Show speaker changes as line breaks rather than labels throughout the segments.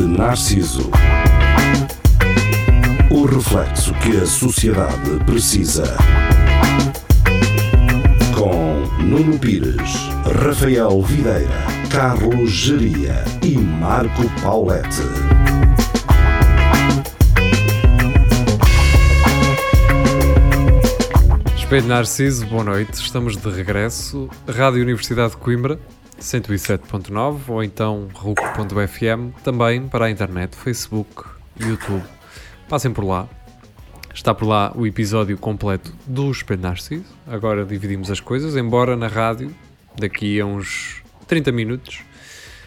Narciso. O reflexo que a sociedade precisa. Com Nuno Pires, Rafael Videira, Carlos Geria e Marco Paulette.
Espelho Narciso, boa noite. Estamos de regresso. Rádio Universidade de Coimbra, 107.9 ou então ruc.fm. Também para a internet, Facebook, YouTube. Passem por lá. Está por lá o episódio completo do Espelho Narciso. Agora dividimos as coisas, embora na rádio, daqui a uns 30 minutos,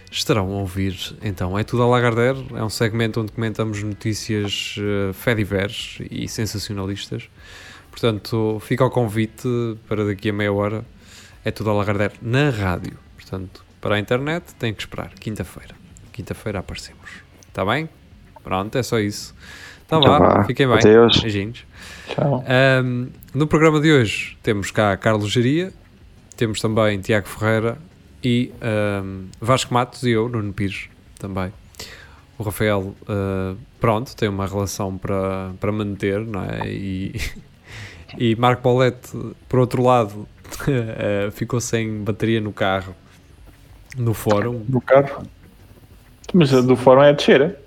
estarão a ouvir. Então, é tudo a Lagardère. É um segmento onde comentamos notícias eh, fé diversas e sensacionalistas. Portanto, fica o convite para daqui a meia hora. É tudo a Lagardère na rádio. Portanto, para a internet tem que esperar. Quinta-feira. Quinta-feira aparecemos. Está bem? Pronto, é só isso. Então
Então
vá,
vá.
fiquem bem.
Adeus.
Beijinhos. Tá
Tchau.
Ahm, no programa de hoje temos cá Carlos Geria, temos também Tiago Ferreira e ahm, Vasco Matos e eu, Nuno Pires, também. O Rafael, ah, pronto, tem uma relação para, para manter, não é? E, e Marco Paulette, por outro lado, ah, ficou sem bateria no carro, no fórum.
Do carro. Mas a do fórum é a descer.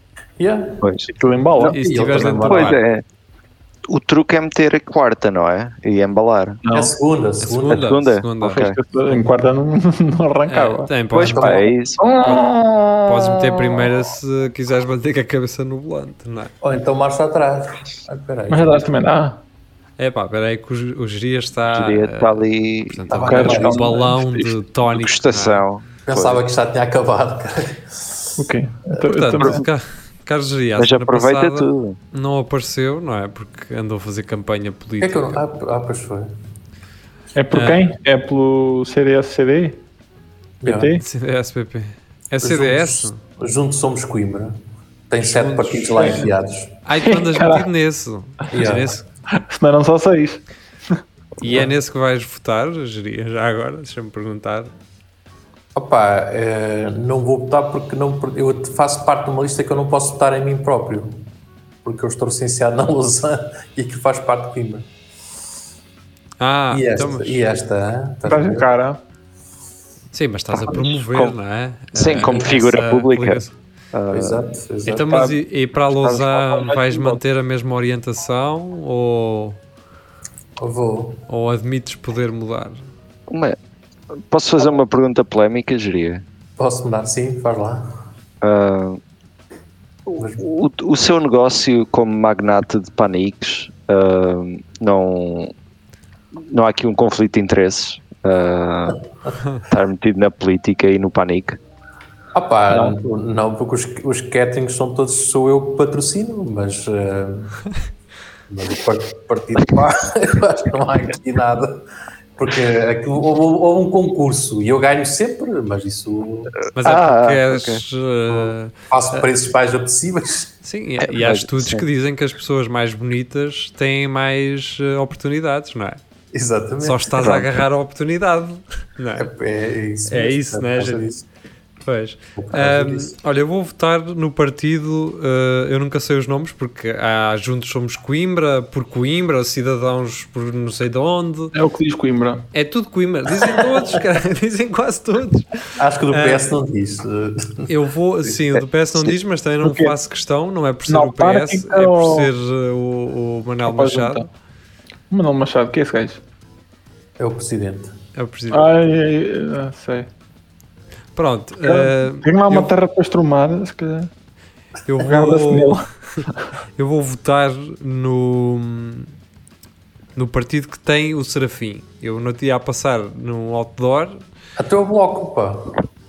Yeah.
Pois.
Aquilo embala.
E se estiveres dentro do
Pois
barco,
é. O truque é meter a quarta, não é? E embalar.
É a segunda, a
a
segunda.
segunda,
segunda?
segunda.
Ok.
Em quarta não, não
Ah,
arrancava.
tem,
Pois
podes,
pá, é isso.
Ah, podes meter primeiro se quiseres bater com a cabeça no volante, não é?
Ou então marcha atrás. Ah, peraí.
Mas já dás também. Ah,
É pá, peraí que o, Ge- o Geria está.
Podia
eh,
estar ali. é
portanto,
Estava
a
a
tá
agarrar
acabar.
um balão de é? tónico.
Gostação.
Pensava que já tinha acabado, cara.
ok. Então,
não é?
então,
Portanto, Ca- Carlos Geria, a
Mas
semana
aproveita
passada
tudo.
não apareceu, não é? Porque andou a fazer campanha
Porquê
política.
que eu não... ah, ah, pois foi.
é por quem? É pelo CDS, CDI? PT?
SPP. É CDS?
Juntos, juntos somos Coimbra. Tem sete partidos lá enfiados.
Ai, tu andas
Caralho.
metido nesse. Andas
Yeah.
nesse.
Se não eram só seis.
E é nesse que vais votar, Geria, já agora? Deixa-me perguntar.
Opa, eh, não vou votar porque não, eu faço parte de uma lista que eu não posso votar em mim próprio. Porque eu estou licenciado na Lausanne e aquilo faz parte de Coimbra.
Ah,
e esta,
então, um mas-
e é. esta, hã? Estás a
Estás a
ver?
um cara.
sim, mas estás a promover,
como-
não é?
Ah, Sim,
Eh,
como figura
essa
pública.
coligação.
Exato, exato.
Então, mas e, e para a Lausanne
falando
vais
de voto.
manter a mesma orientação ou,
Eu vou.
ou admites poder mudar?
Uma- Posso fazer uma pergunta polémica, Geria?
Posso mudar? Sim, faz lá.
Ah, o, o seu negócio como magnate de paniques ah, não, não há aqui um conflito de interesses? Ah, estar metido na política e no panique?
Ah pá, não, não, porque os, os caterings são todos, sou eu que patrocino, mas, eh, mas o par- partido pá, eu acho que não há aqui nada. Porque aquilo, houve, houve um concurso e eu ganho sempre, mas isso
Mas é
Ah,
porque
ah,
és. eh,
faço preços mais apetecíveis.
sim, e- e há
verdade,
estudos
sim.
que dizem que as pessoas mais bonitas têm mais eh, oportunidades, não é?
Exatamente.
Só estás a
Pronto.
agarrar a oportunidade, não é?
É, é isso,
É isso,
mesmo, por
né,
causa
gente?
disso.
Pois.
por causa
Ahm,
disso.
olha, eu vou votar no partido, eh, eu nunca sei os nomes, porque há Juntos Somos Coimbra, por Coimbra, Cidadãos por não sei de onde.
É o que diz Coimbra.
É tudo Coimbra. Dizem todos, cara. Dizem quase todos.
Acho que do PS não diz. eh,
Eu vou, sim, o do PS não
Sim.
diz, mas também não
Porquê?
faço questão. Não é por ser
Não,
o
para
PS,
que
é por ser
eu-
uh, o, o Manuel
Rapaz,
Machado.
então. Manuel Machado, que é esse gajo?
É o presidente.
É o presidente.
Ai, ai, não sei.
Pronto. uh,
Tem lá uma
eu-
terra para estrumar, se calhar.
eu,
Guarda-se nele.
vou, eu vou votar no, no partido que tem o Serafim. Eu não tinha a passar no outdoor.
Até o bloco, pá.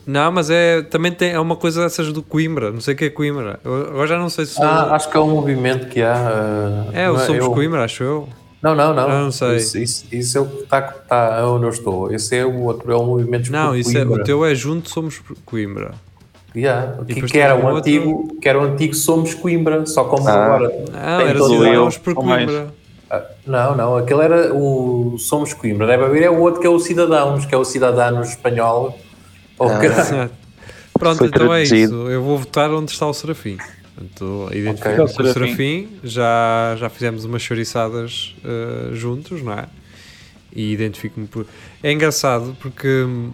Não, mas é também tem, é uma coisa dessas do Coimbra. Não sei o que é Coimbra. Eu, agora já não sei se sou.
Ah, acho que é um movimento que há. eh,
é, o
não
Somos
eu-
Coimbra, acho eu.
Não, não, não.
Ah, não sei.
Isso, isso, isso é o que está tá onde eu estou. Esse é o outro, é o movimento
Não,
por
isso é, o
Coimbra.
teu é Juntos Somos Coimbra.
Yeah, Que,
depois
que era
tem
o
um outro.
antigo, que era o antigo Somos Coimbra, só como
Ah.
agora.
Ah,
tem
era
todo-
Cidadãos por
ou mais.
Coimbra.
Não, não, aquele era o Somos Coimbra. Deve haver é o outro que é o Cidadãos, que é o Cidadano espanhol. Ou que-
Ah.
Exato. Pronto,
Foi
então é
traduzido.
isso. Eu vou votar onde está o Serafim. Portanto, identificou se
Ok.
com o Serafim, já, já fizemos umas choriçadas eh, juntos, não é? E identifico-me por. É engraçado porque. hum,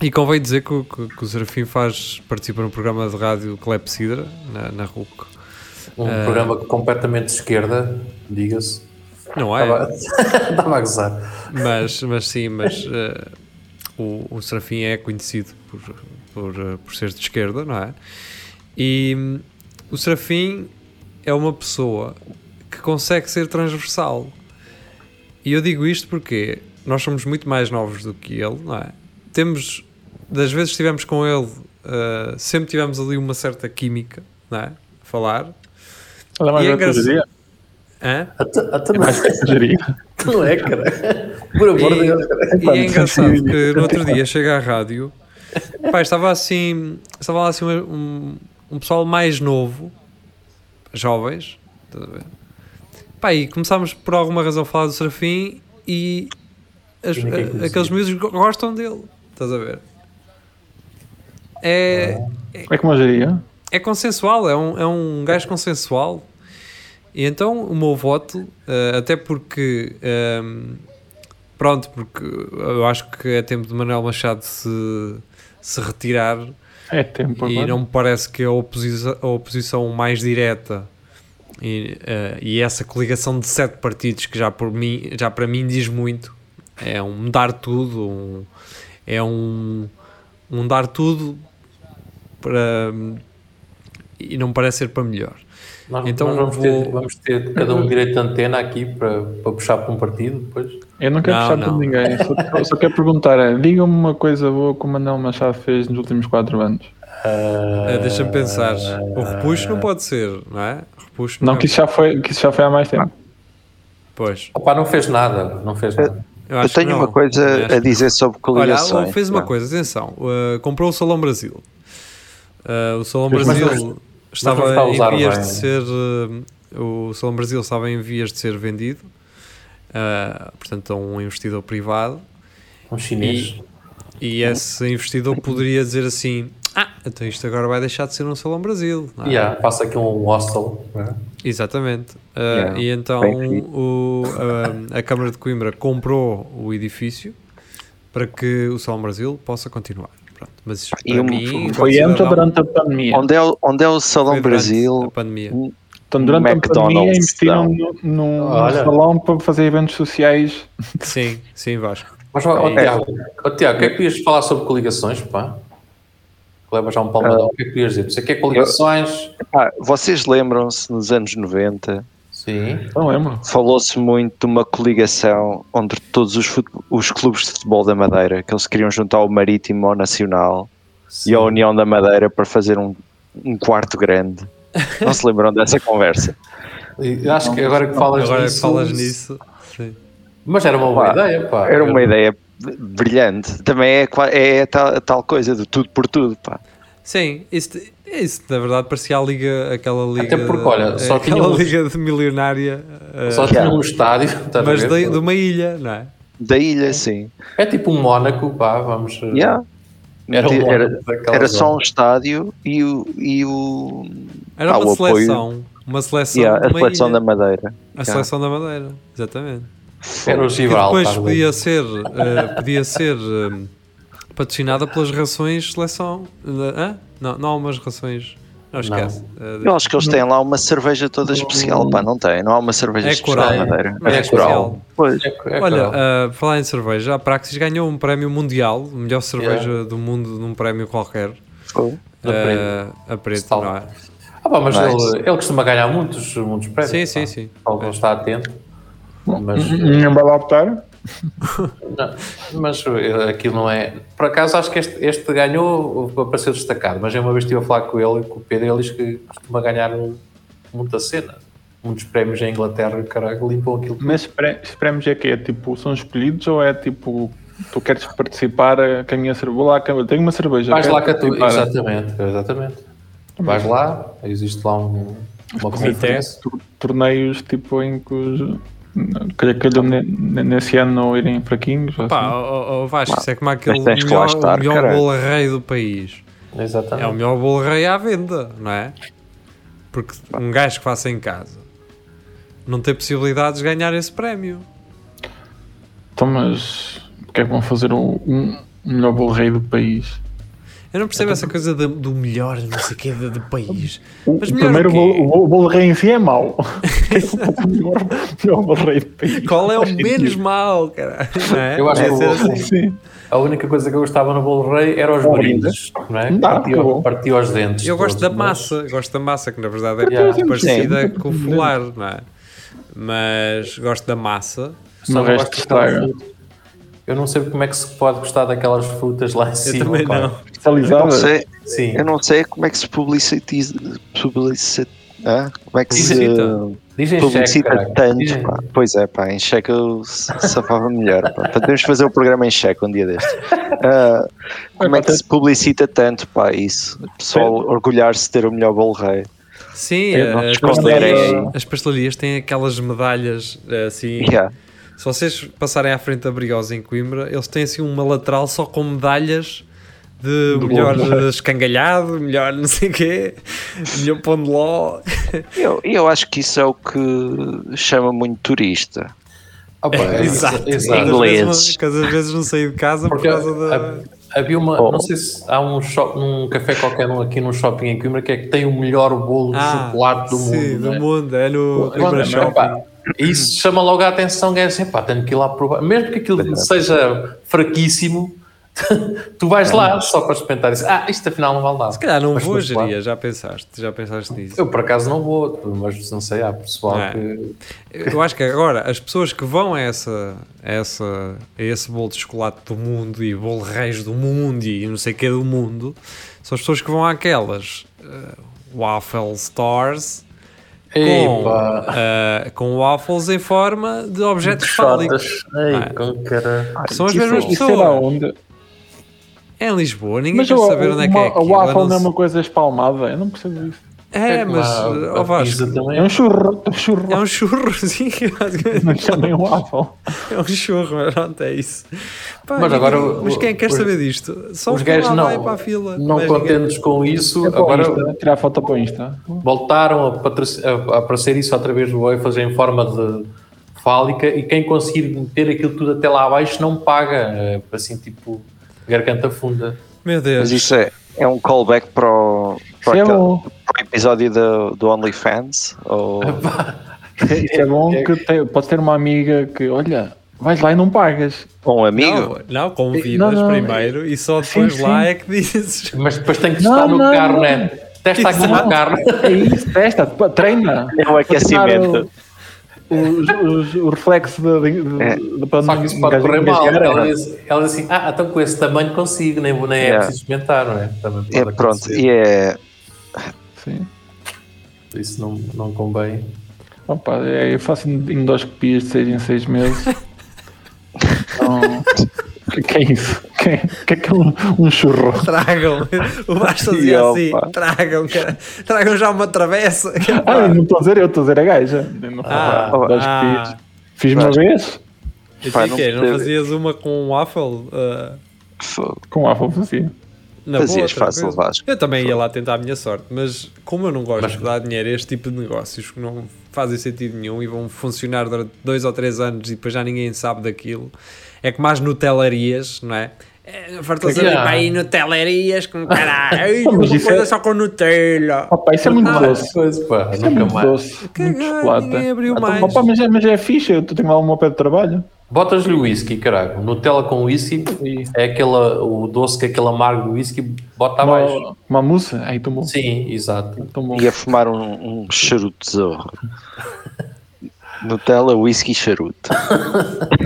E convém dizer que, o- que- que o Serafim faz, participa num programa de rádio Clepsidra, na, na RUC.
Um
Ah.
programa completamente de esquerda, diga-se.
Não é?
Estava estava a gozar.
mas, mas sim, mas eh, o, o Serafim é conhecido por, por, eh, por ser de esquerda, não é? E hum, o Serafim é uma pessoa que consegue ser transversal. E eu digo isto porque nós somos muito mais novos do que ele, não é? Temos, das vezes que estivemos com ele, eh, sempre tivemos ali uma certa química, não é? A falar. E é
Ela é mais velha que eu
engraçado.
diria?
Hã?
Até, até não,
É Mais velha que eu diria.
não é, cara. Por amor de
E-
Deus, cara.
E é engraçado
sim,
que no outro dia chega à rádio, pá, estava assim, estava lá assim um, um pessoal mais novo, jovens, estás a ver? Pá, e começámos por alguma razão a falar do Serafim e as-
E ninguém
a-
conhecia.
aqueles miúdos go- gostam dele, estás a ver? É,
Ah.
É como eu diria.
é consensual, é um, é um gajo consensual. E então o meu voto, eh, até porque. ehm, pronto, porque eu acho que é tempo de Manuel Machado se, se retirar
É tempo
e
agora.
não me parece que é a, oposição a oposição mais direta e, eh, e essa coligação de sete partidos que já, por mim, já para mim diz muito é um dar tudo um- é um, um dar tudo para e não me parece ser para melhor
Nós,
Então
nós vamos,
vou-
ter, vamos ter cada um direito de antena aqui para, para puxar para um partido depois.
Eu não quero
Não,
puxar
não.
por ninguém. Só, eu só quero perguntar: é, diga-me uma coisa boa que o Manuel Machado fez nos últimos 4 anos.
Eh, deixa-me pensar o repuxo não pode ser não é repuxo
Não, que isso já foi, que isso já foi há mais tempo.
pois
Opa, não fez nada, não fez nada.
eu,
Eu
acho que
tenho
não.
uma
Também
coisa
acho
a
que não.
dizer sobre
Olha,
coligações.
ele fez
é.
uma
pá.
coisa, atenção, uh, comprou o Salão Brasil. Uh, o Salão
Mas-
Brasil
mas-
estava
mas não está a usar
em vias
bem.
de ser. uh, o Salão Brasil estava em vias de ser vendido, uh, portanto, a um investidor privado.
Um chinês.
E esse investidor poderia dizer assim: Ah, então isto agora vai deixar de ser um Salão Brasil. não é?
Yeah, passa aqui um hostel. né?
Exatamente. Uh,
Yeah,
E então
bem feito.
o, um, a Câmara de Coimbra comprou o edifício para que o Salão Brasil possa continuar. Pronto, mas isto
E
para
um-
mim,
foi
enquanto
Foi antes ou
cidadão,
durante a pandemia?
Onde é, o- onde é o Salão
Foi durante A
Brasil?
pandemia.
Então, durante a pandemia,
McDonald's,
investiram num, num
Olha.
salão para fazer eventos sociais.
Sim, sim, Vasco.
Mas, ó, ó,
É.
Tiago, ó, Tiago, o que é que tu ias falar sobre coligações? Pá? Leva já um palmadão. O que é que tu ias dizer? Tu sei que é coligações.
Ah, vocês lembram-se nos anos 90?
Sim.
Não lembro.
Falou-se muito de uma coligação onde todos os, fute- os clubes de futebol da Madeira, que eles queriam juntar ao Marítimo ao Nacional
sim.
e a União da Madeira para fazer um, um quarto grande. Não se lembram dessa conversa?
E Acho que agora que falas
Agora
nisso.
que falas nisso. sim.
Mas era uma boa
Pá,
ideia, pá.
Era uma ideia brilhante. Também é, qua- é tal, tal coisa de tudo por tudo. Pá.
Sim, isso, isso na verdade parecia a liga, aquela liga. é,
porque, olha, só
aquela
tinha um-
liga de milionária, eh,
Só tinha um estádio. estás a
mas
ver?
de, de uma ilha, não é?
Da ilha, sim.
É tipo um Mónaco, pá. Vamos. eh,
Yeah.
Era, um
Era-
Mónaco daquela
Era
zona.
só um estádio e o. E o
Era
Ah,
uma
o apoio.
seleção. Uma seleção.
yeah,
de
a
uma
seleção
ilha.
da Madeira.
A seleção da Madeira, exatamente.
Era o
Que
Gibraltar. né?
depois
ali.
podia ser, eh, podia ser eh, patrocinada pelas rações seleção. Hã? Não, não há umas rações. Não esquece. Eh,
Eu acho que eles têm lá uma cerveja toda especial, pá, não tem? Não há uma cerveja
É
especial
coral.
na Madeira.
Não é especial.
Pois.
É- é
Olha,
claro.
ah, falar em cerveja, a Praxis ganhou um prémio mundial, melhor cerveja do mundo num prémio qualquer.
Pô.
Da
Ah, a preto,
Sal.
não é?
Ah, pá, mas
Nice.
ele, ele costuma ganhar muitos, muitos prémios.
ah.
Sim, sim,
pá.
sim.
Ele não está atento. Mas,
Não vai lá optar.
não, mas eh, aquilo não é. Por acaso acho que este, este ganhou eh, para ser destacado, mas eu uma vez estive a falar com ele, com o Pedro, ele diz que costuma ganhar um- muita cena. Muitos prémios em Inglaterra, caralho, limpam aquilo.
Mas pre- os prémios é que é tipo, são escolhidos ou é tipo, tu queres participar eh, que a minha cerveja? Vou lá, que eu tenho uma cerveja.
Vais
quero
lá que a tu.
participar.
Exatamente, exatamente. Vais lá, existe lá um, uma conferência.
Tor- Torneios tipo em que os. Creio que calhou ne- ne- nesse ano não irem fraquinhos. ou
Pá,
assim.
o, Vasco, isso é como aquele
mas tens que
melhor,
lá estar,
o melhor
caralho.
bolo rei do país. É o
Exatamente.
melhor bolo rei à venda, não é? Porque um gajo que faça em casa não tem possibilidades de ganhar esse prémio.
Então, mas porque é que vão fazer o um, o melhor bolo rei do país?
Eu não percebo essa coisa da- do melhor, não sei o quê, do, do país.
O,
Mas
o
melhor
primeiro
o
bolo,
quê?
o bolo- o bolo rei em si é mau. o melhor, o melhor bolo rei do país.
Qual é o
Faz
menos
sentido.
mau, é? cara?
Eu acho que o bolo-
assim.
Sim.
A única coisa que eu gostava no bolo rei era os
Bom,
brindes, não é?
Não dá, tá
partia,
bom.
partia aos dentes.
Eu gosto
todos, é?
da
mas-
massa, eu gosto da massa, que na verdade é
Yeah.
parecida
Sim.
com o fular, não é? Mas gosto da massa.
só
No
não
resto
gosto daquelas
estraga.
frutas. Eu não sei como é que se pode gostar daquelas frutas lá em
Eu
cima.
também
pá.
não.
Não
Especializada.
sei,
Sim.
eu não sei como é que se publicitiza. Publicita, ah? Como é que se
Publicita.
eh,
Dizem cheque,
publicita
caralho.
tanto?
Dizem-
Pá. Pois é, pá, em cheque eu s- safava melhor. Pá. Portanto, Temos de fazer o programa em cheque um dia deste. Ah, como é que se publicita tanto, pá, isso? O pessoal orgulhar-se de ter o melhor bolo rei.
Sim, eh,
Eu não
as
esconderei.
É.
pastelarias, as pastelarias têm aquelas medalhas assim.
Yeah.
Se vocês passarem à frente da Briosa em Coimbra, eles têm assim uma lateral só com medalhas de melhor escangalhado, melhor não sei o quê, melhor pão de ló.
Eu, eu acho que isso é o que chama muito turista.
Ah, pá,
Exato,
exato.
Ingleses.
Que às vezes não saí de casa por
Porque
causa da.
há- havia uma.
Oh.
Não sei se há um, shop, um café qualquer num- aqui num shopping em Coimbra que é que tem o melhor bolo de chocolate do
Ah, sim,
mundo.
do
né?
mundo, é no
Pronto,
Coimbra Shopping.
epá, Isso chama logo a atenção, que é assim, pá, tenho que ir lá provar. Mesmo que aquilo seja fraquíssimo, tu vais lá só para experimentar isso. Ah, isto afinal não vale nada.
Se calhar não
Mas é
vou,
muito claro.
geria, já pensaste, já pensaste nisso.
Eu por acaso não vou, mas não sei, há pessoal
É.
que.
Eu acho que agora as pessoas que vão a, essa, a, essa, a esse bolo de chocolate do mundo e bolo reis do mundo e não sei o que do mundo são as pessoas que vão àquelas eh, Waffle Stars com,
Epá.
eh, com waffles em forma de objetos fálicos.
Chatas. Ei,
Ah.
com cara.
São as
Isso-
mesmas
isso era
pessoas.
onde?
É em Lisboa, ninguém
Mas
quer
eu,
saber onde é que
uma-
é
a
aquilo. a
waffle
não
não é
ser-
uma coisa espalmada. Eu não percebo isso.
É, mas
Lá,
ó Vasco,
a
então
pizza também
É um churro. Um churro.
é um churro, sim, basicamente.
Não chamem waffle.
É um churro, mas pronto, é isso. Pá,
Mas
ninguém-
agora o-
mas quem quer
os-
saber disto? Só
Os
quem
gajos
lá
não,
vai para a fila.
não
mas ninguém-
contentes com isso,
É para o
agora
Insta, tirar foto para o Insta.
voltaram a, patroci- a- a aparecer isso através do waffles em forma de fálica e quem conseguir meter aquilo tudo até lá abaixo não paga, eh, assim tipo garganta funda.
Meu
Mas
Deus.
isso é, é um callback para o, para
Isso é
aquele-
bom.
para o episódio do, do OnlyFans. Ou...
Isso é bom que te, podes ter uma amiga que, olha, vais lá e não pagas.
Ou um amigo?
Não, não, convidas
Não, não.
primeiro e só depois
Sim,
lá
sim.
é que dizes.
Mas depois tem que
Não,
testar no
não,
carro,
não.
né? Testa aqui no
Ah,
Exato.
carro.
É isso, testa, pá, treina.
É um aquecimento.
O, o, os- o reflexo de, de,
É.
de, para um
Só
não-
que isso pode
engasgar-
correr mal.
engasgar,
Ela
é.
diz, ela diz assim, ah, então com esse tamanho consigo, nem, nem é
Yeah.
preciso experimentar, não é? Também pode
É, pronto,
acontecer.
e é.
Sim.
Isso não, não convém.
Opa, é, eu faço endoscopias de 6 em 6 meses. Então, que, que é isso? Que, que é que é um, um churro?
Tragam. O Basta dizia
E,
assim:
opa.
tragam, cara. Tragam já uma travessa.
Ah, eu não estou a dizer, eu estou a dizer a gaja. Eu não
Ah,
faço endoscopias.
ah,
Fiz uma vez
eu
Pá,
sei
não
que é, não
percebo.
fazias uma com um waffle? ah,
fogo.
com a fazia.
na
Fazias
boa,
fácil,
tranquilo?
Vasco.
Eu também ia lá tentar a minha sorte, mas como eu não gosto de dar dinheiro a este tipo de negócios que não fazem sentido nenhum e vão funcionar durante dois ou três anos e depois já ninguém sabe daquilo, é que mais nutelarias, não é? É, Fartou-se ali
Yeah.
para aí nutelarias com caralho,
Mas
uma
isso
coisa
é-
só com Nutella.
Opa, isso é muito
Ah.
doce.
Coisa, pá,
É
nunca
muito
mais.
doce, muito
Caralho,
chocolate.
ninguém abriu
Então,
mais.
opa, mas, é, mas é fixe, eu tenho lá um meu pé de trabalho.
Botas-lhe o whisky, caralho. Nutella com whisky é aquela, o doce que é aquele amargo do whisky bota abaixo.
Uma, uma mousse, aí tomou.
Sim, exato.
tomou.
Ia fumar um, um charuto tesouro. Nutella, whisky e charuto.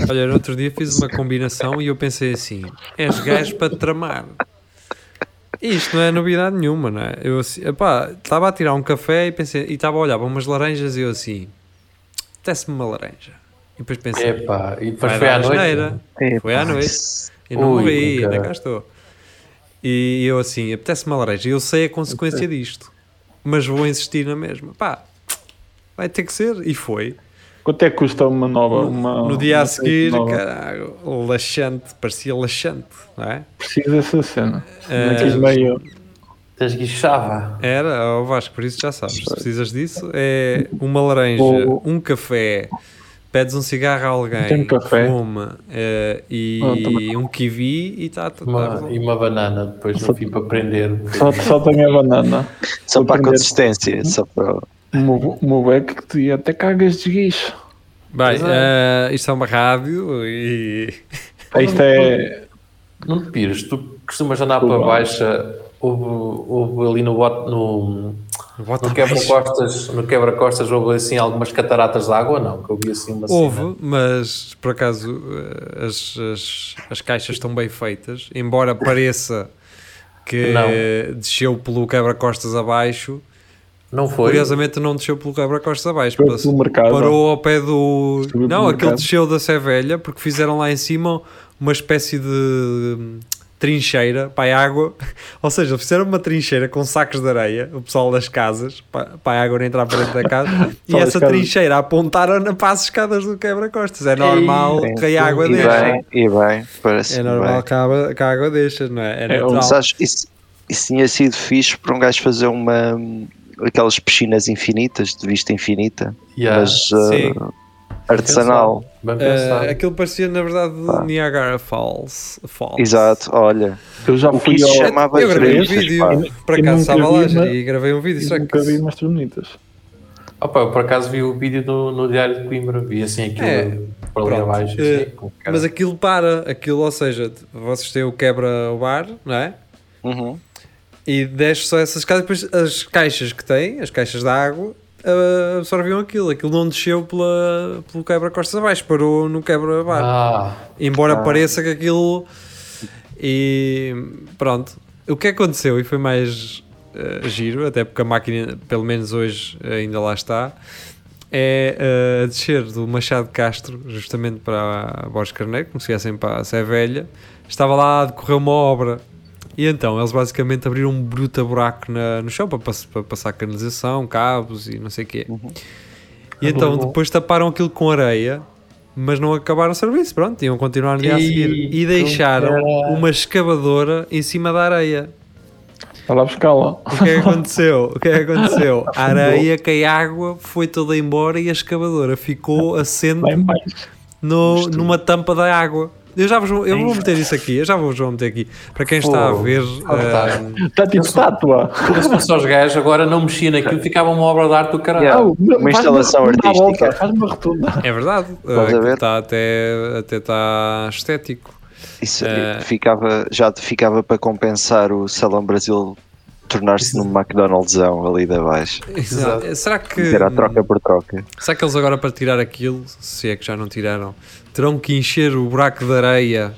Olha, no outro dia fiz uma combinação e eu pensei assim: és gajo para te tramar. Isto não é novidade nenhuma, não é? Eu assim, epá, estava a tirar um café e pensei, e estava a olhar para umas laranjas e eu assim, desce-me uma laranja. E depois pensei,
Epá, e depois
vai
É, foi
dar
à noite.
asneira.
É,
Foi à noite. E não
Ui,
morri, ainda
cara.
cá estou. E eu assim, apetece-me uma laranja. Eu sei a consequência disto, mas vou insistir na mesma. Pá, vai ter que ser. E foi.
Quanto é que custa uma nova? Uma,
No dia
uma
a seguir,
nova?
caralho, laxante, parecia laxante, não é?
Preciso dessa cena.
Eh,
Aqui meio.
Tens guichava.
Era, ao Vasco, por isso já sabes. Se precisas disso, é uma laranja,
Ou-
um café, pedes um cigarro a alguém,
Tem café?
fuma eh,
Ah, também
e um kiwi e tá, está tudo.
Uma- e uma banana depois no fim para prender.
Só, só tenho a banana.
Só para a
aprender.
consistência, só para.
O meu beco que tu ia até cagas de guicho.
Bem,
Pois
eh, isto é uma rádio e.
Ah, Isto é.
Não te pires, tu costumas andar para baixa. Houve, houve ali no, bot- no,
Bota mais.
no quebra-costas, no quebra-costas houve assim algumas cataratas de água, não? Que eu vi assim uma cena.
Houve, mas por acaso eh, as, as, as caixas estão bem feitas, embora pareça que
Não.
eh, desceu pelo quebra-costas abaixo.
Não foi?
Curiosamente não desceu pelo quebra-costas abaixo,
Foi
passou-
pelo mercado.
parou ao pé do...
Subiu
não,
pelo
aquele
mercado.
desceu da Sevelha, porque fizeram lá em cima uma espécie de hum, trincheira para a água, ou seja, fizeram uma trincheira com sacos de areia, o pessoal das casas, para, para a água não entrar para dentro da casa, e
Só as
essa
casas.
trincheira apontaram na- para as escadas do quebra-costas, é normal
Sim,
que a água
E
deixa.
bem, e bem, parece
É normal
bem.
que a, água- que a água deixa, não é? É,
É,
natural.
Mas acho que isso, isso tinha sido fixe para um gajo fazer uma. aquelas piscinas infinitas, de vista infinita,
Yeah.
mas
Sim.
uh, artesanal.
Bem
Ah,
pensado.
aquilo parecia na verdade Niagara Falls. Falls.
Exato, olha.
Eu já
O é que
fui
isso
ao.
chama- Chamava
eu gravei um
Grizzlies,
vídeo,
pá.
por
Eu
acaso
nunca
estava
vi,
lá
mas-
já, e gravei um vídeo,
Eu
só que
nunca vi mais bonitas.
Opa, eu por acaso vi o vídeo no, no Diário de Coimbra, vi assim aquilo
É,
por ali
pronto.
abaixo.
Eh,
assim, com cara.
mas aquilo para, aquilo, ou seja, t- vocês têm o quebra o bar, não é?
Uhum.
E desce só essas casas, depois as caixas que têm, as caixas de água, ah, absorviam aquilo, aquilo não desceu pela, pelo quebra-costas abaixo, parou no quebra-bar.
Ah,
Embora pareça que aquilo. E pronto. O que aconteceu e foi mais eh, giro, até porque a máquina, pelo menos hoje, ainda lá está, é eh, a descer do Machado de Castro, justamente para a Borges Carneiro, como se viessem para a Sé Velha. Estava lá a decorrer uma obra. E então, eles basicamente abriram um bruta buraco na- no chão para, pass- para passar canalização, cabos e não sei o quê. E então, depois taparam aquilo com areia mas não acabaram o serviço, pronto, iam continuar no dia a seguir.
Ih,
E deixaram
com
uma escavadora em cima da areia.
Vai lá buscá-la.
O que é que aconteceu? O que é que aconteceu? A areia que a água foi toda embora e a escavadora ficou
Lá
assente
em baixo.
no, numa tampa da água. Eu já vos vou, eu vou meter isso aqui, eu já vos vou meter aqui. Para quem está a
Fogo.
ver,
Ah, tá.
ah,
Está tipo estátua.
se fosse aos gajos, agora não mexia naquilo, ficava uma obra de arte do caralho.
Yeah. Uma
faz-me
instalação
rotunda à volta,
artística.
Faz-me rotunda.
é verdade, ah,
a
aquilo
ver?
está até, até está estético.
Isso
Eh,
ficava, já te ficava para compensar o Salão Brasil tornar-se num McDonald'são ali da baixo.
Exato.
Será que.
Era a troca por troca.
Será que eles agora para tirar aquilo, se é que já não tiraram, terão que encher o buraco de areia?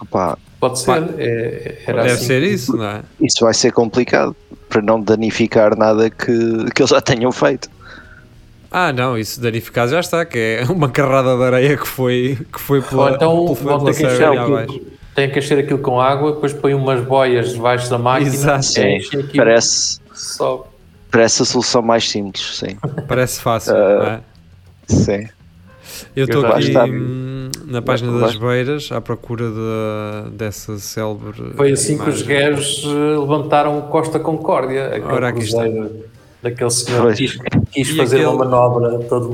Opa,
Pode ser. é- era
Deve
assim.
ser isso, não é?
isso vai ser complicado para não danificar nada que, que eles já tenham feito.
Ah, não, isso danificado já está, que é uma carrada de areia que foi, que foi pela,
Ou então
pela-
vão
pela
ter que encher
serra abaixo.
aquilo, tem que encher aquilo com água, depois põe umas boias debaixo da máquina.
Exato.
Sim,
enche aquilo,
parece,
Só.
parece a solução mais simples, sim.
Parece fácil, não é?
sim.
Eu estou
vai
aqui
estar-
hum, na página
vai-
das beiras à procura de- dessa célebre.
Foi assim que os
imagem.
gajos eh, levantaram o Costa Concórdia, aquele
Ora, aqui está.
cruzeiro daquele senhor
Pois.
que quis, quis
E
fazer
aquele-
uma manobra todo
E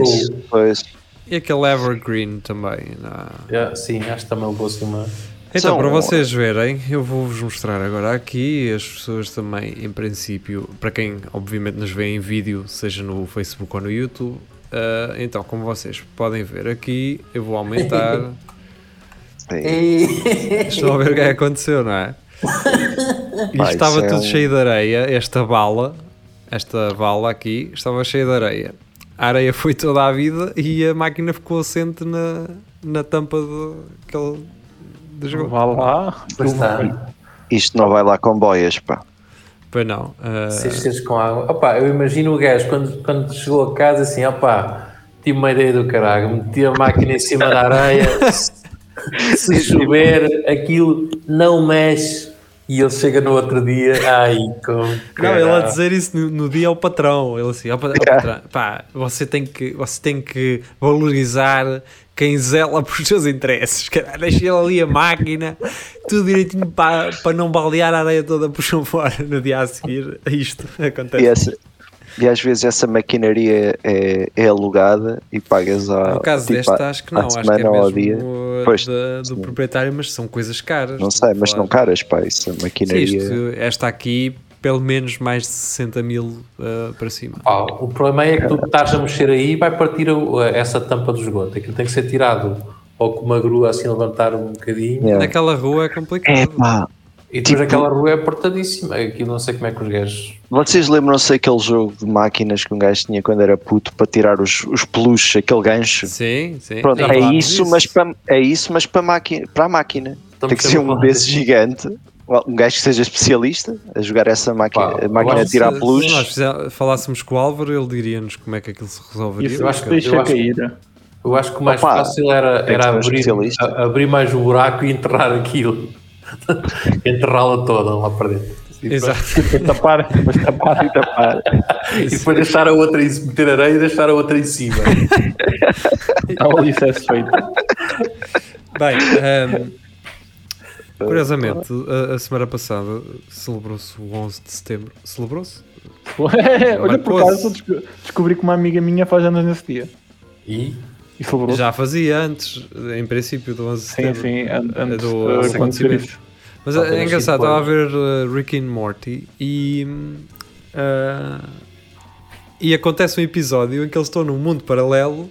o-
Mas, pois,
E aquele Evergreen também. não é?
Ah, sim, acho que também levou-se uma.
Então,
São-
para vocês verem, eu vou-vos mostrar agora aqui, as pessoas também, em princípio, para quem obviamente nos vê em vídeo, seja no Facebook ou no YouTube, ah, então, como vocês podem ver aqui, eu vou aumentar,
sim.
E-
estão a ver o que é que aconteceu, não é? E
Pá,
estava
isso é
tudo
um-
cheio de areia, esta bala, esta bala aqui, estava cheia de areia. A areia foi toda a vida e a máquina ficou assente na, na tampa do, aquele, do jogo.
Vá lá.
Pois tá. está.
Isto não vai lá com boias, pá.
Pois não. ah,
Se encheres com água. Opa, eu imagino o gajo quando, quando chegou a casa assim, opá, tive uma ideia do caralho, meti a máquina em cima da areia, se chover, aquilo não mexe, E ele chega no outro dia, ai, como.
Não, ele a
caralho.
dizer isso no, no dia ao patrão. Ele assim, ao, pa- ao patrão, pá, você tem, que, você tem que valorizar quem zela por seus interesses. Caralho, deixa ele ali a máquina, tudo direitinho para, para não balear a areia toda por chão fora no dia a seguir. Isto acontece.
E, é assim, essa- e às vezes essa maquinaria é, é alugada e pagas a.
No caso
tipo,
desta,
à-
acho que
à
não. Acho que é
semana ou ao dia.
mesmo uh,
Pois,
da- do
sim.
proprietário, mas são coisas caras.
Não sei,
Estamos a
mas
falar-
não caras, pá, isso é
Sim,
maquinaria.
isto, esta aqui, pelo menos mais de 60 mil uh, para cima.
Pá, o problema é que tu estás a mexer aí e vai partir a- a- essa tampa do esgoto. Aquilo tem que ser tirado ou com uma grua assim levantar um bocadinho.
Yeah.
Naquela rua é complicado.
É pá,
E depois
Tipo-
aquela rua é apertadíssima. Aquilo não sei como é que os gajos.
vocês lembram-se daquele jogo de máquinas que um gajo tinha quando era puto para tirar os, os peluches, aquele gancho?
Sim, sim.
Pronto,
Já
é
falámos
isso,
disso.
mas para, é isso, mas para, maqui- para a máquina.
Estamos
Tem que ser
sempre a
um
falar
desses
disso.
gigante, um gajo que seja especialista a jogar essa máquina,
Pá,
a máquina
eu
a tirar
se,
peluches.
Se nós fizer- falássemos com o Álvaro, ele diria-nos como é que aquilo se resolveria.
Isso
eu acho que-
porque-
deixa
eu acho-
cair.
Eu acho que o mais
Opa,
fácil era,
tem que
era
ser um
abrir,
especialista.
a- abrir mais o buraco e enterrar aquilo. Enterrá-la toda lá para dentro. E depois-
Exato.
Tipo, Tapar, mas tapar.
E depois deixar a outra em meter areia e deixar a outra em cima.
Ao alicerce feito.
Bem, ahm, curiosamente, a, a semana passada celebrou-se o 11 de setembro. Celebrou-se?
é, Olha, por
Marcou-se.
acaso desco- descobri que uma amiga minha faz anos nesse dia.
E
E celebrou.
Já fazia antes, em princípio, do 11 de
Sim,
setembro.
sim, an- antes
É do-
de
dos
acontecer
acontecimentos.
isso.
Mas
Só
é
temos
engraçado,
cinco
estava a ver uh, Rick and Morty e. hum, uh, e acontece um episódio em que eles estão num mundo paralelo,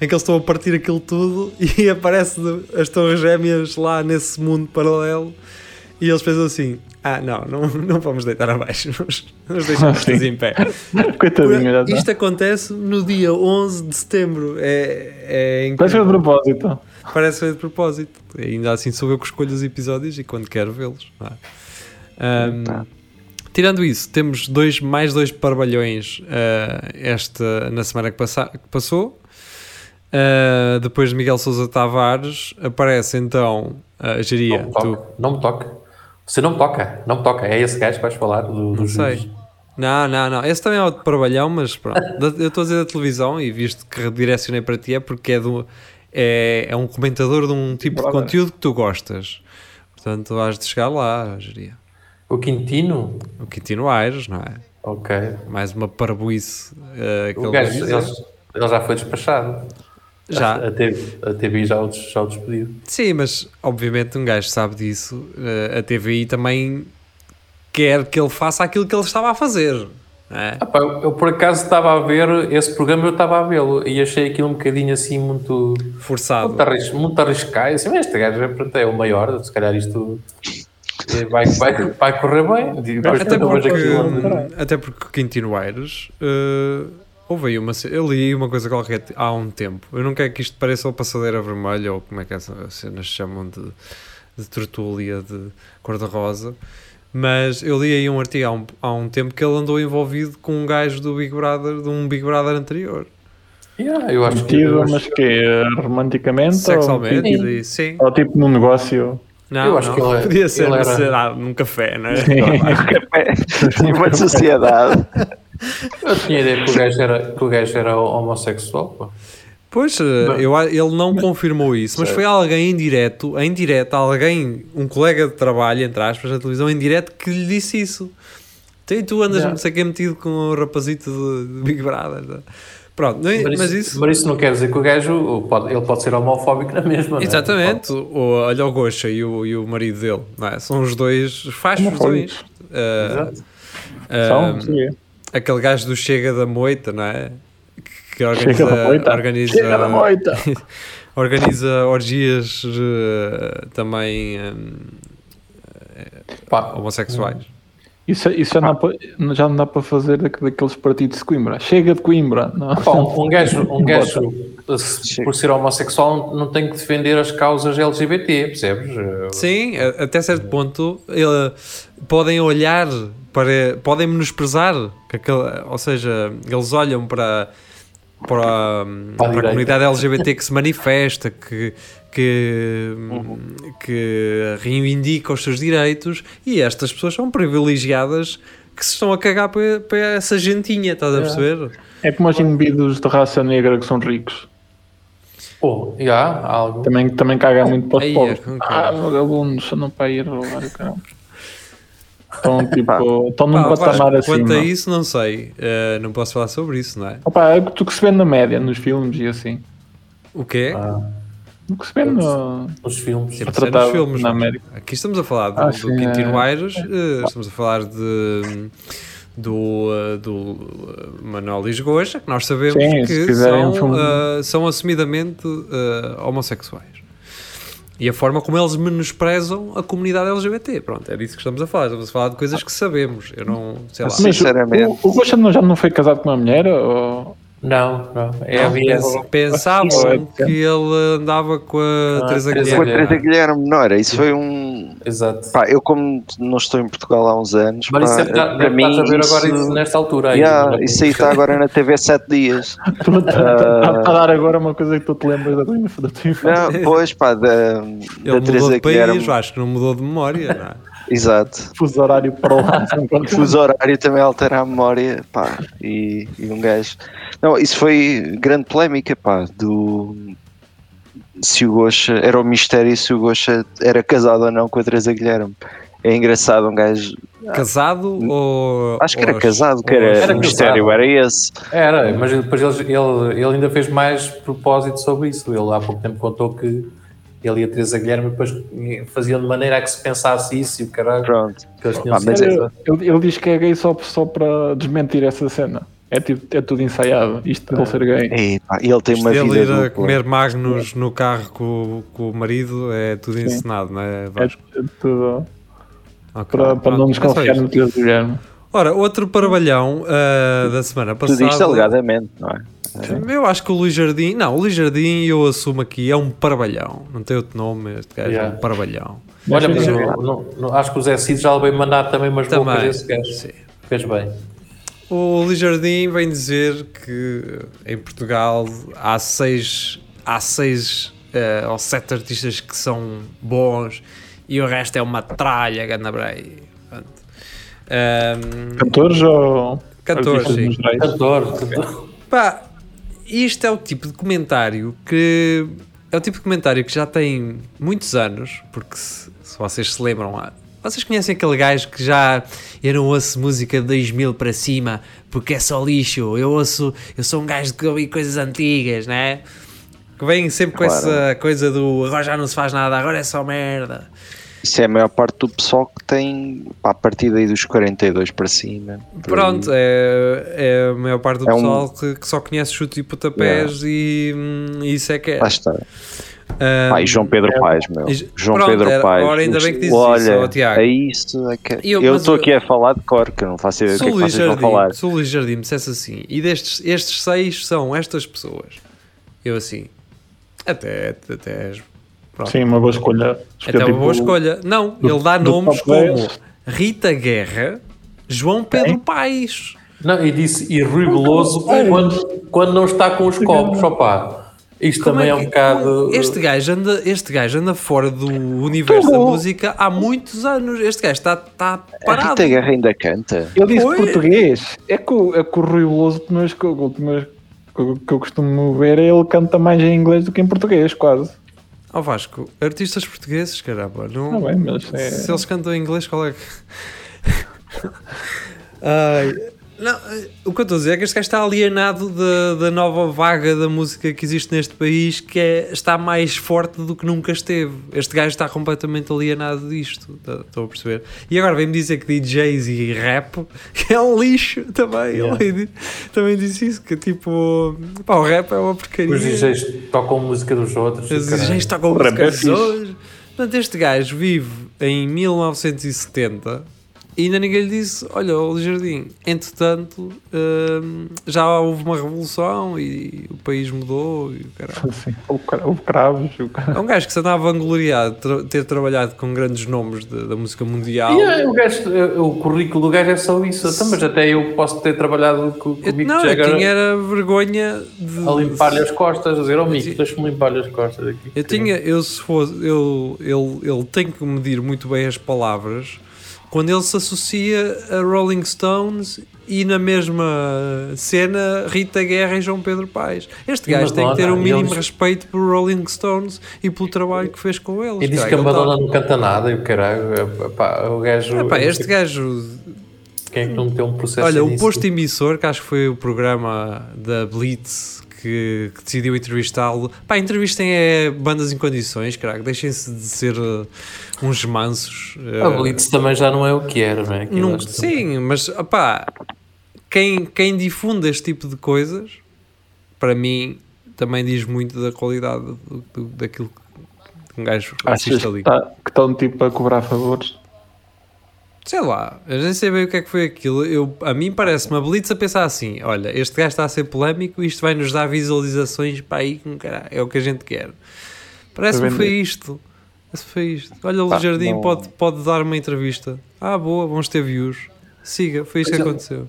em que eles estão a partir aquilo tudo e aparece de- as torres gêmeas lá nesse mundo paralelo e eles pensam assim: ah, não, não, não vamos deitar abaixo, vamos, vamos deixar
Ah,
estas
sim.
em pé.
Coitadinho, já tá. está.
Isto acontece no dia 11 de setembro. É, é incrível.
Parece que foi de propósito.
Parece ser de propósito. Ainda assim sou eu que escolho os episódios e quando quero vê-los. não é? Ahm,
Tá.
Tirando isso, temos dois, mais dois parbalhões ah, esta, na semana que, passa- que passou. Ah, depois de Miguel Sousa Tavares, aparece então a
não
Geria.
me
Tu.
toca. Não me toca. Você não me toca. Não me toca. É esse gajo que vais falar do, do
Não sei. Não, não, não. Esse também é outro parbalhão, mas pronto. Da- Eu estou a dizer da televisão e visto que redirecionei para ti é porque é, do, é, é um comentador de um tipo de
Brother.
conteúdo que tu gostas. Portanto, has de chegar lá, Geria.
O Quintino?
O Quintino Aires, não é?
Ok.
Mais uma parboice eh, que
O
ele
gajo,
diz.
ele, ele já foi despachado.
Já.
A, TV, a TV já o, des- já o despediu.
Sim, mas obviamente um gajo sabe disso. eh, a TVI também quer que ele faça aquilo que ele estava a fazer. não é?
Ah pá, eu, eu por acaso estava a ver esse programa, eu estava a vê-lo e achei aquilo um bocadinho assim muito,
Forçado.
muito, arris, muito arriscado. Assim, mas este gajo é, pronto, é o maior, se calhar isto eh, vai, vai, vai correr bem. E Depois
Até
quando eu vejo
porque,
aquilo-
hum, até porque Quintino Aires eh, houve aí uma ce- eu li uma coisa qualquer há um tempo eu não quero que isto pareça o Passadeira Vermelha ou como é que essas cenas se chamam de, de tertúlia de cor-de-rosa mas eu li aí um artigo há um, há um tempo que ele andou envolvido com um gajo do Big Brother de um Big Brother anterior
Yeah, eu acho que
Metido,
eu acho-
mas que é romanticamente? Ou,
sexualmente
metido-
e, sim
ou tipo num negócio?
não,
Eu acho
não.
que ele é-
podia ser
ele era-
sei lá, num café não é?
Sim, uma sociedade.
eu tinha ideia que o gajo era, que o gajo era homossexual. pá.
Pois, eh, eu a- ele não confirmou isso, mas foi alguém em direto, em direto, alguém, um colega de trabalho, entre aspas, na televisão, em direto, que lhe disse isso. Então, E tu andas,
Yeah.
não sei quem, metido com um rapazito de, de Big Brother. tá? Pronto, não é-
Mas,
mas
isso,
isso...
mas isso não quer dizer que o gajo pode, ele pode ser homofóbico na mesma. não é?
Exatamente, o, olha o Goxa e o, e o marido dele, não é? São os dois, faz os dois.
Homofóbicos.
Eh,
Exato.
eh,
São? Sim.
aquele gajo do Chega da Moita, não é? Que- Que organiza,
Chega da moita.
organiza
Chega da moita.
organiza orgias eh, também hum,
Pá,
homossexuais.
Isso, isso já, não dá, já não dá para fazer daque- daqueles partidos de Coimbra. Chega de Coimbra. Não.
Pá, um um gajo, um gajo se- por ser homossexual, não tem que defender as causas LGBT, percebes?
Sim, a- até certo ponto ele- podem olhar para. podem menosprezar. que aquele- ou seja, eles olham para. para, hum, para a
direita.
comunidade LGBT que se manifesta, que, que, hum, Uhum. que reivindica os seus direitos e estas pessoas são privilegiadas que se estão a cagar para, para essa gentinha, estás a perceber?
É como os indivíduos de raça negra que são ricos.
Ou, já, há algo.
Também, também caga muito para
Aí
os
é,
pobres.
com
Ah,
cara.
vagabundos, andam para ir roubar o caramba. Estão tipo, estão num
Pá,
patamar
Vasco,
assim.
quanto a isso, não sei. Eh, não posso falar sobre isso, não é?
Opa, é o que tu que se vê na média, nos filmes e assim.
O quê?
Ah. O que se vê no.
Os filmes.
Temos de ser
Tratado
nos filmes.
na
não é?
América.
Aqui estamos a falar do,
Ah,
do
sim,
Quintino
é.
Aires, eh, estamos a falar de, do, eh, do eh, Manuel Lisgoja, que nós sabemos
Sim, se
que
fizerem
são,
um filme-
eh, são assumidamente eh, homossexuais. E a forma como eles menosprezam a comunidade LGBT. Pronto, era isso que estamos a falar. Estamos a falar de coisas que sabemos. Eu não sei lá.
Mas
Sinceramente.
o, o Gosha não- já não foi casado com uma mulher? Ou...
Não, não. É a
Não,
minha.
pens- pensavam que ele andava com a
Ah,
Teresa
Teresa
Com a
Guilherme.
Teresa Guilherme, não era? Isso foi um.
Exato.
Pá, eu, como não estou em Portugal há uns anos,
Mas isso
pá,
é já-
eh, para
já
mim.
estás a ver agora
isso-
isso nesta altura aí. é?
Yeah, isso aí está agora na TV 7 dias.
Estou a a- a dar
Ah.
agora uma coisa que tu te lembras da tua da tua infância.
Não, pois, pá, da,
Ele
da
mudou
Teresa
de país,
Guilherme.
acho que não mudou de memória, não é?
Exato.
Fuso horário para lá.
O fuso horário também altera a memória, pá, e, e um gajo. Não, isso foi grande polémica, pá, do. Se o Gosha. Era o mistério se o Gosha era casado ou não com a Teresa Guilherme. É engraçado, um gajo.
é? Casado ou.
Acho que
ou-
era casado, que
ou-
era,
Era
o mistério,
casado.
era esse.
Era, mas depois eles- ele, ele ainda fez mais propósito sobre isso. Ele há pouco tempo contou que ele e a Teresa Guilherme depois faziam de maneira a que se pensasse isso e o caralho.
Pronto.
Que eles tinham
Ah, mas
é,
certeza.
Ele, ele diz que é gay só, só para desmentir essa cena. É, tipo, é tudo ensaiado. Isto dele ser gay.
E, pá, ele tem uma
Ele
vida.
ir é a
dupla.
comer magnos no carro com, o- com o marido é tudo encenado, não é?
É
Vasco?
tudo
Ok,
para, para não
pronto, é só
desconfiar
isto.
no teu Guilherme.
Ora, outro parbalhão ah, da semana passada.
Tudo isto alegadamente, não é?
Eu acho que o Luís Jardim. Não, o Luís Jardim, eu assumo aqui, é um parbalhão. Não tem outro nome, este gajo é
Yeah.
um parbalhão.
Olha, mas
Mas-
eu- não- não- acho que o Zé Cid já lhe veio mandar também umas bocas
Também.
esse gajo.
sim.
Fez bem.
O Luís Jardim vem dizer que eh, em Portugal há seis, há seis eh, ou sete artistas que são bons e o resto é uma tralha, Gandabrei. Pronto. Ahm,
Cantores ou.
Cantores,
artistas
sim.
nos gerais?
Cantor, cantor.
Pá, isto é o tipo de comentário que. É o tipo de comentário que já tem muitos anos, porque se, se vocês se lembram lá. Vocês conhecem aquele gajo que já. Eu não ouço música de 2000 para cima porque é só lixo. Eu ouço. Eu sou um gajo que ouvi coisas antigas, né? Que vem sempre com
Claro.
essa coisa do agora já não se faz nada, agora é só merda.
Isso é a maior parte do pessoal que tem pá, a partir daí dos 42 para cima. por
Pronto, é, é a maior parte do
Uhum. É um-
pessoal que, que só conhece chute e pontapés e, hum, isso é que é.
aí. Lá está.
Ah,
Pá, e João Pedro Paes, meu.
E-
João
pronto,
Pedro
era-
Paes.
ora, ainda bem que dizes
Olha,
isso, ó, Tiago.
É isso. é que-
Eu-
Eu
mas
estou
eu-
aqui a falar de cor, que eu não faço ideia do
Se
que é que
o Luís
vocês vão
Jardim,
falar.
se o Luís Jardim me dissesse assim, e destes estes seis são estas pessoas, eu assim, até, até és- pronto,
Sim, uma boa escolha. tipo,
até
tipo,
uma boa escolha. Não, ele dá
do
nomes
top dez.
como Rita Guerra, João Pedro Paes.
Não, e disse, e Rui Veloso quando, quando não está com os copos, opá. Isto
Como
também é,
que-
um bocado.
Este gajo, anda, este gajo anda fora do universo da música há muitos anos. Este gajo está, está
A
parado.
Rita Guerra ainda canta.
Ele disse
Oi.
português. É que, o- é que o Rui Veloso, pelo menos que, eu- pelo menos que eu- que eu costumo ver, ele canta mais em inglês do que em português, quase.
Ó Vasco, artistas portugueses, caramba. Não,
Está
Tá
bem, mas é-
Se eles cantam em inglês, qual é que. Ai, não, eh, o que eu estou a dizer é que este gajo está alienado da, da nova vaga da música que existe neste país, que é- está mais forte do que nunca esteve. Este gajo está completamente alienado disto, tá- estou a perceber. E agora vem-me dizer que DJs e rap que é um lixo também. Ele di- também disse isso, que tipo, pá, o rap é uma porcaria.
Os DJs tocam música dos outros.
Os
caralho.
DJs tocam
Rap é
músicas
fixe.
hoje. Portanto, este gajo vive em 1970 E ainda ninguém lhe disse: Olha, o Jardim, entretanto, hum, já houve uma revolução e o país mudou. E o caralho.
Assim, houve cra- houve cravos. houve cra-
É um gajo que se andava vangloriado de tra- ter trabalhado com grandes nomes de- da música mundial.
E, eh, o, gajo- eh, o currículo do gajo é só isso. Então, mas até eu posso ter trabalhado com, com o
Eu-
Mick
não, eu
Jagger
tinha era vergonha de.
a limpar-lhe as costas, a dizer: Oh, Mick,
ti-
deixa-me limpar-lhe as costas aqui.
Eu tinha, eu se fosse, eu, ele, ele tem que medir muito bem as palavras quando ele se associa a Rolling Stones e na mesma cena Rita Guerra e João Pedro Paes. Este
E
gajo tem que ter
Madonna,
o
e
mínimo
eles-
respeito pelo Rolling Stones e pelo trabalho que fez com eles.
E diz
caralho,
que a
ele tá-
Madonna não canta nada e o caralho. eh, pá, o gajo.
Epá, este gajo,
Quem é que não meteu um processo?
olha, o
nisso?
posto emissor, que acho que foi o programa da Blitz que, que decidiu entrevistá-lo, pá, entrevistem é bandas em condições, caraca, deixem-se de ser eh, uns mansos.
A
eh,
Blitz também já não é o que era, não é? Aquilo
Não,
acho que-
sim, mas opá, quem, quem difunde este tipo de coisas, para mim, também diz muito da qualidade do, do- daquilo que um gajo
Achas
assiste
que
ali.
tá- que estão tipo a cobrar favores?
Sei lá, eu nem sei bem o que é que foi aquilo. Eu, a mim parece-me a Blitz a pensar assim: olha, este gajo está a ser polémico, isto vai nos dar visualizações para aí, que caralho, é o que a gente quer. Parece-me que
Para
foi
vender.
isto. Parece que foi isto. Olha, o
é. Pá,
Jardim
não-
pode, pode dar uma entrevista. Ah, boa, vamos ter views. Siga, foi isto que aconteceu.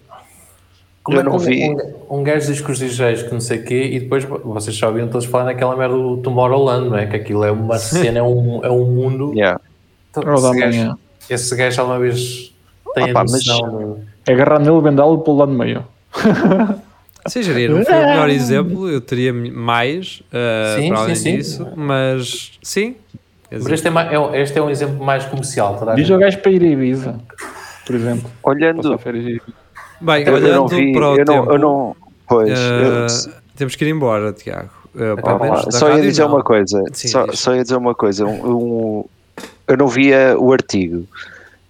Como
Eu
é que
não
um-
vi.
Um, um gajo diz que os DJs que não sei o quê e depois vocês já ouviram todos falar naquela merda do Tomorrowland, não é? Que aquilo é uma cena, é um, é um mundo.
Yeah.
Então,
Ou da
esse,
manhã?
gajo, esse gajo alguma vez tem
Ah pá,
a
mas-
noção. não é?
É agarrar nele e vendá-lo pelo lado meio.
Sim, Jair, não foi o melhor exemplo, eu teria mais uh,
Sim,
para
sim,
além
sim.
disso, mas sim. Quer
Mas
dizer,
este é, mais- é um- este é um exemplo mais comercial, tá?
Diz ao gajo para ir a Ibiza, por exemplo. Passar
Olhando,
férias a Ibiza.
Bem,
eu, eu não
olhando
vi,
para o
eu não,
tempo,
eu não- pois, eu-
uh, temos que ir embora, Tiago. Uh, pelo
Opa,
menos da
só ia
rádio,
dizer
não.
uma coisa.
Sim,
só,
diz.
só ia dizer uma coisa. Um, um- eu não via o artigo,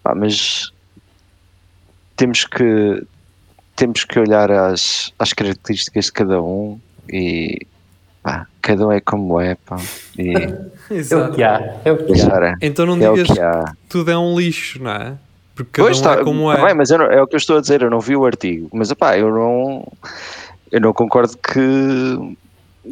Pá, mas temos que temos que olhar às, às características de cada um e pá, cada um é como é. Pá, e
É o
Exato.
que há. É o que há.
deixar, é,
Então não
é o
digas
que há.
que tudo é um lixo, não é? Porque cada
Pois
um
está,
é como é.
tá bem, mas eu não- é o que eu estou a dizer, eu não vi o artigo, mas opá, eu não eu não concordo que,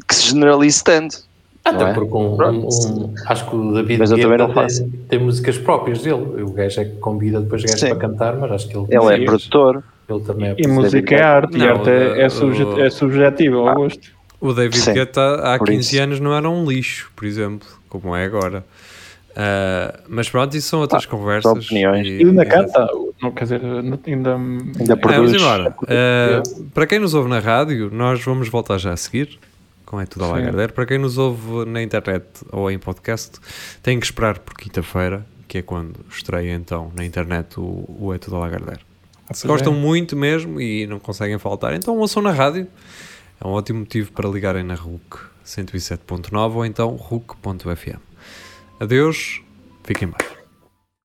que se generalize tanto.
Até
não é?
porque um,
Pronto.
um- um- acho que o David
Mas eu também
Guetta
não faço.
tem, tem músicas próprias dele. O gajo é que convida depois gajos
Sim.
para cantar, mas acho que ele,
Ele
Sim.
é produtor.
ele também é
E música é arte, e
Não,
arte é, é,
uh,
subjet-
uh,
é subjetiva ao
Ah.
gosto.
O David
Sim,
Guetta há
por
15
isso.
anos não era um lixo, por exemplo, como é agora. Uh, mas pronto, isso são outras conversas.
opiniões.
E ainda
e-
canta, não, quer dizer, ainda- ainda
Ainda
É, vamos
produz.
embora. Uh, para quem nos ouve na rádio, nós vamos voltar já a seguir. Com é tudo ao
Sim.
Lagardère. Para quem nos ouve na internet ou em podcast, tem que esperar por quinta-feira, que é quando estreia então na internet o, o É Tudo ao Lagardère.
é.
Se gostam muito mesmo e não conseguem faltar, então ouçam na rádio. É um ótimo motivo para ligarem na RUC 107.9 ou então RUC.fm. Adeus, fiquem bem.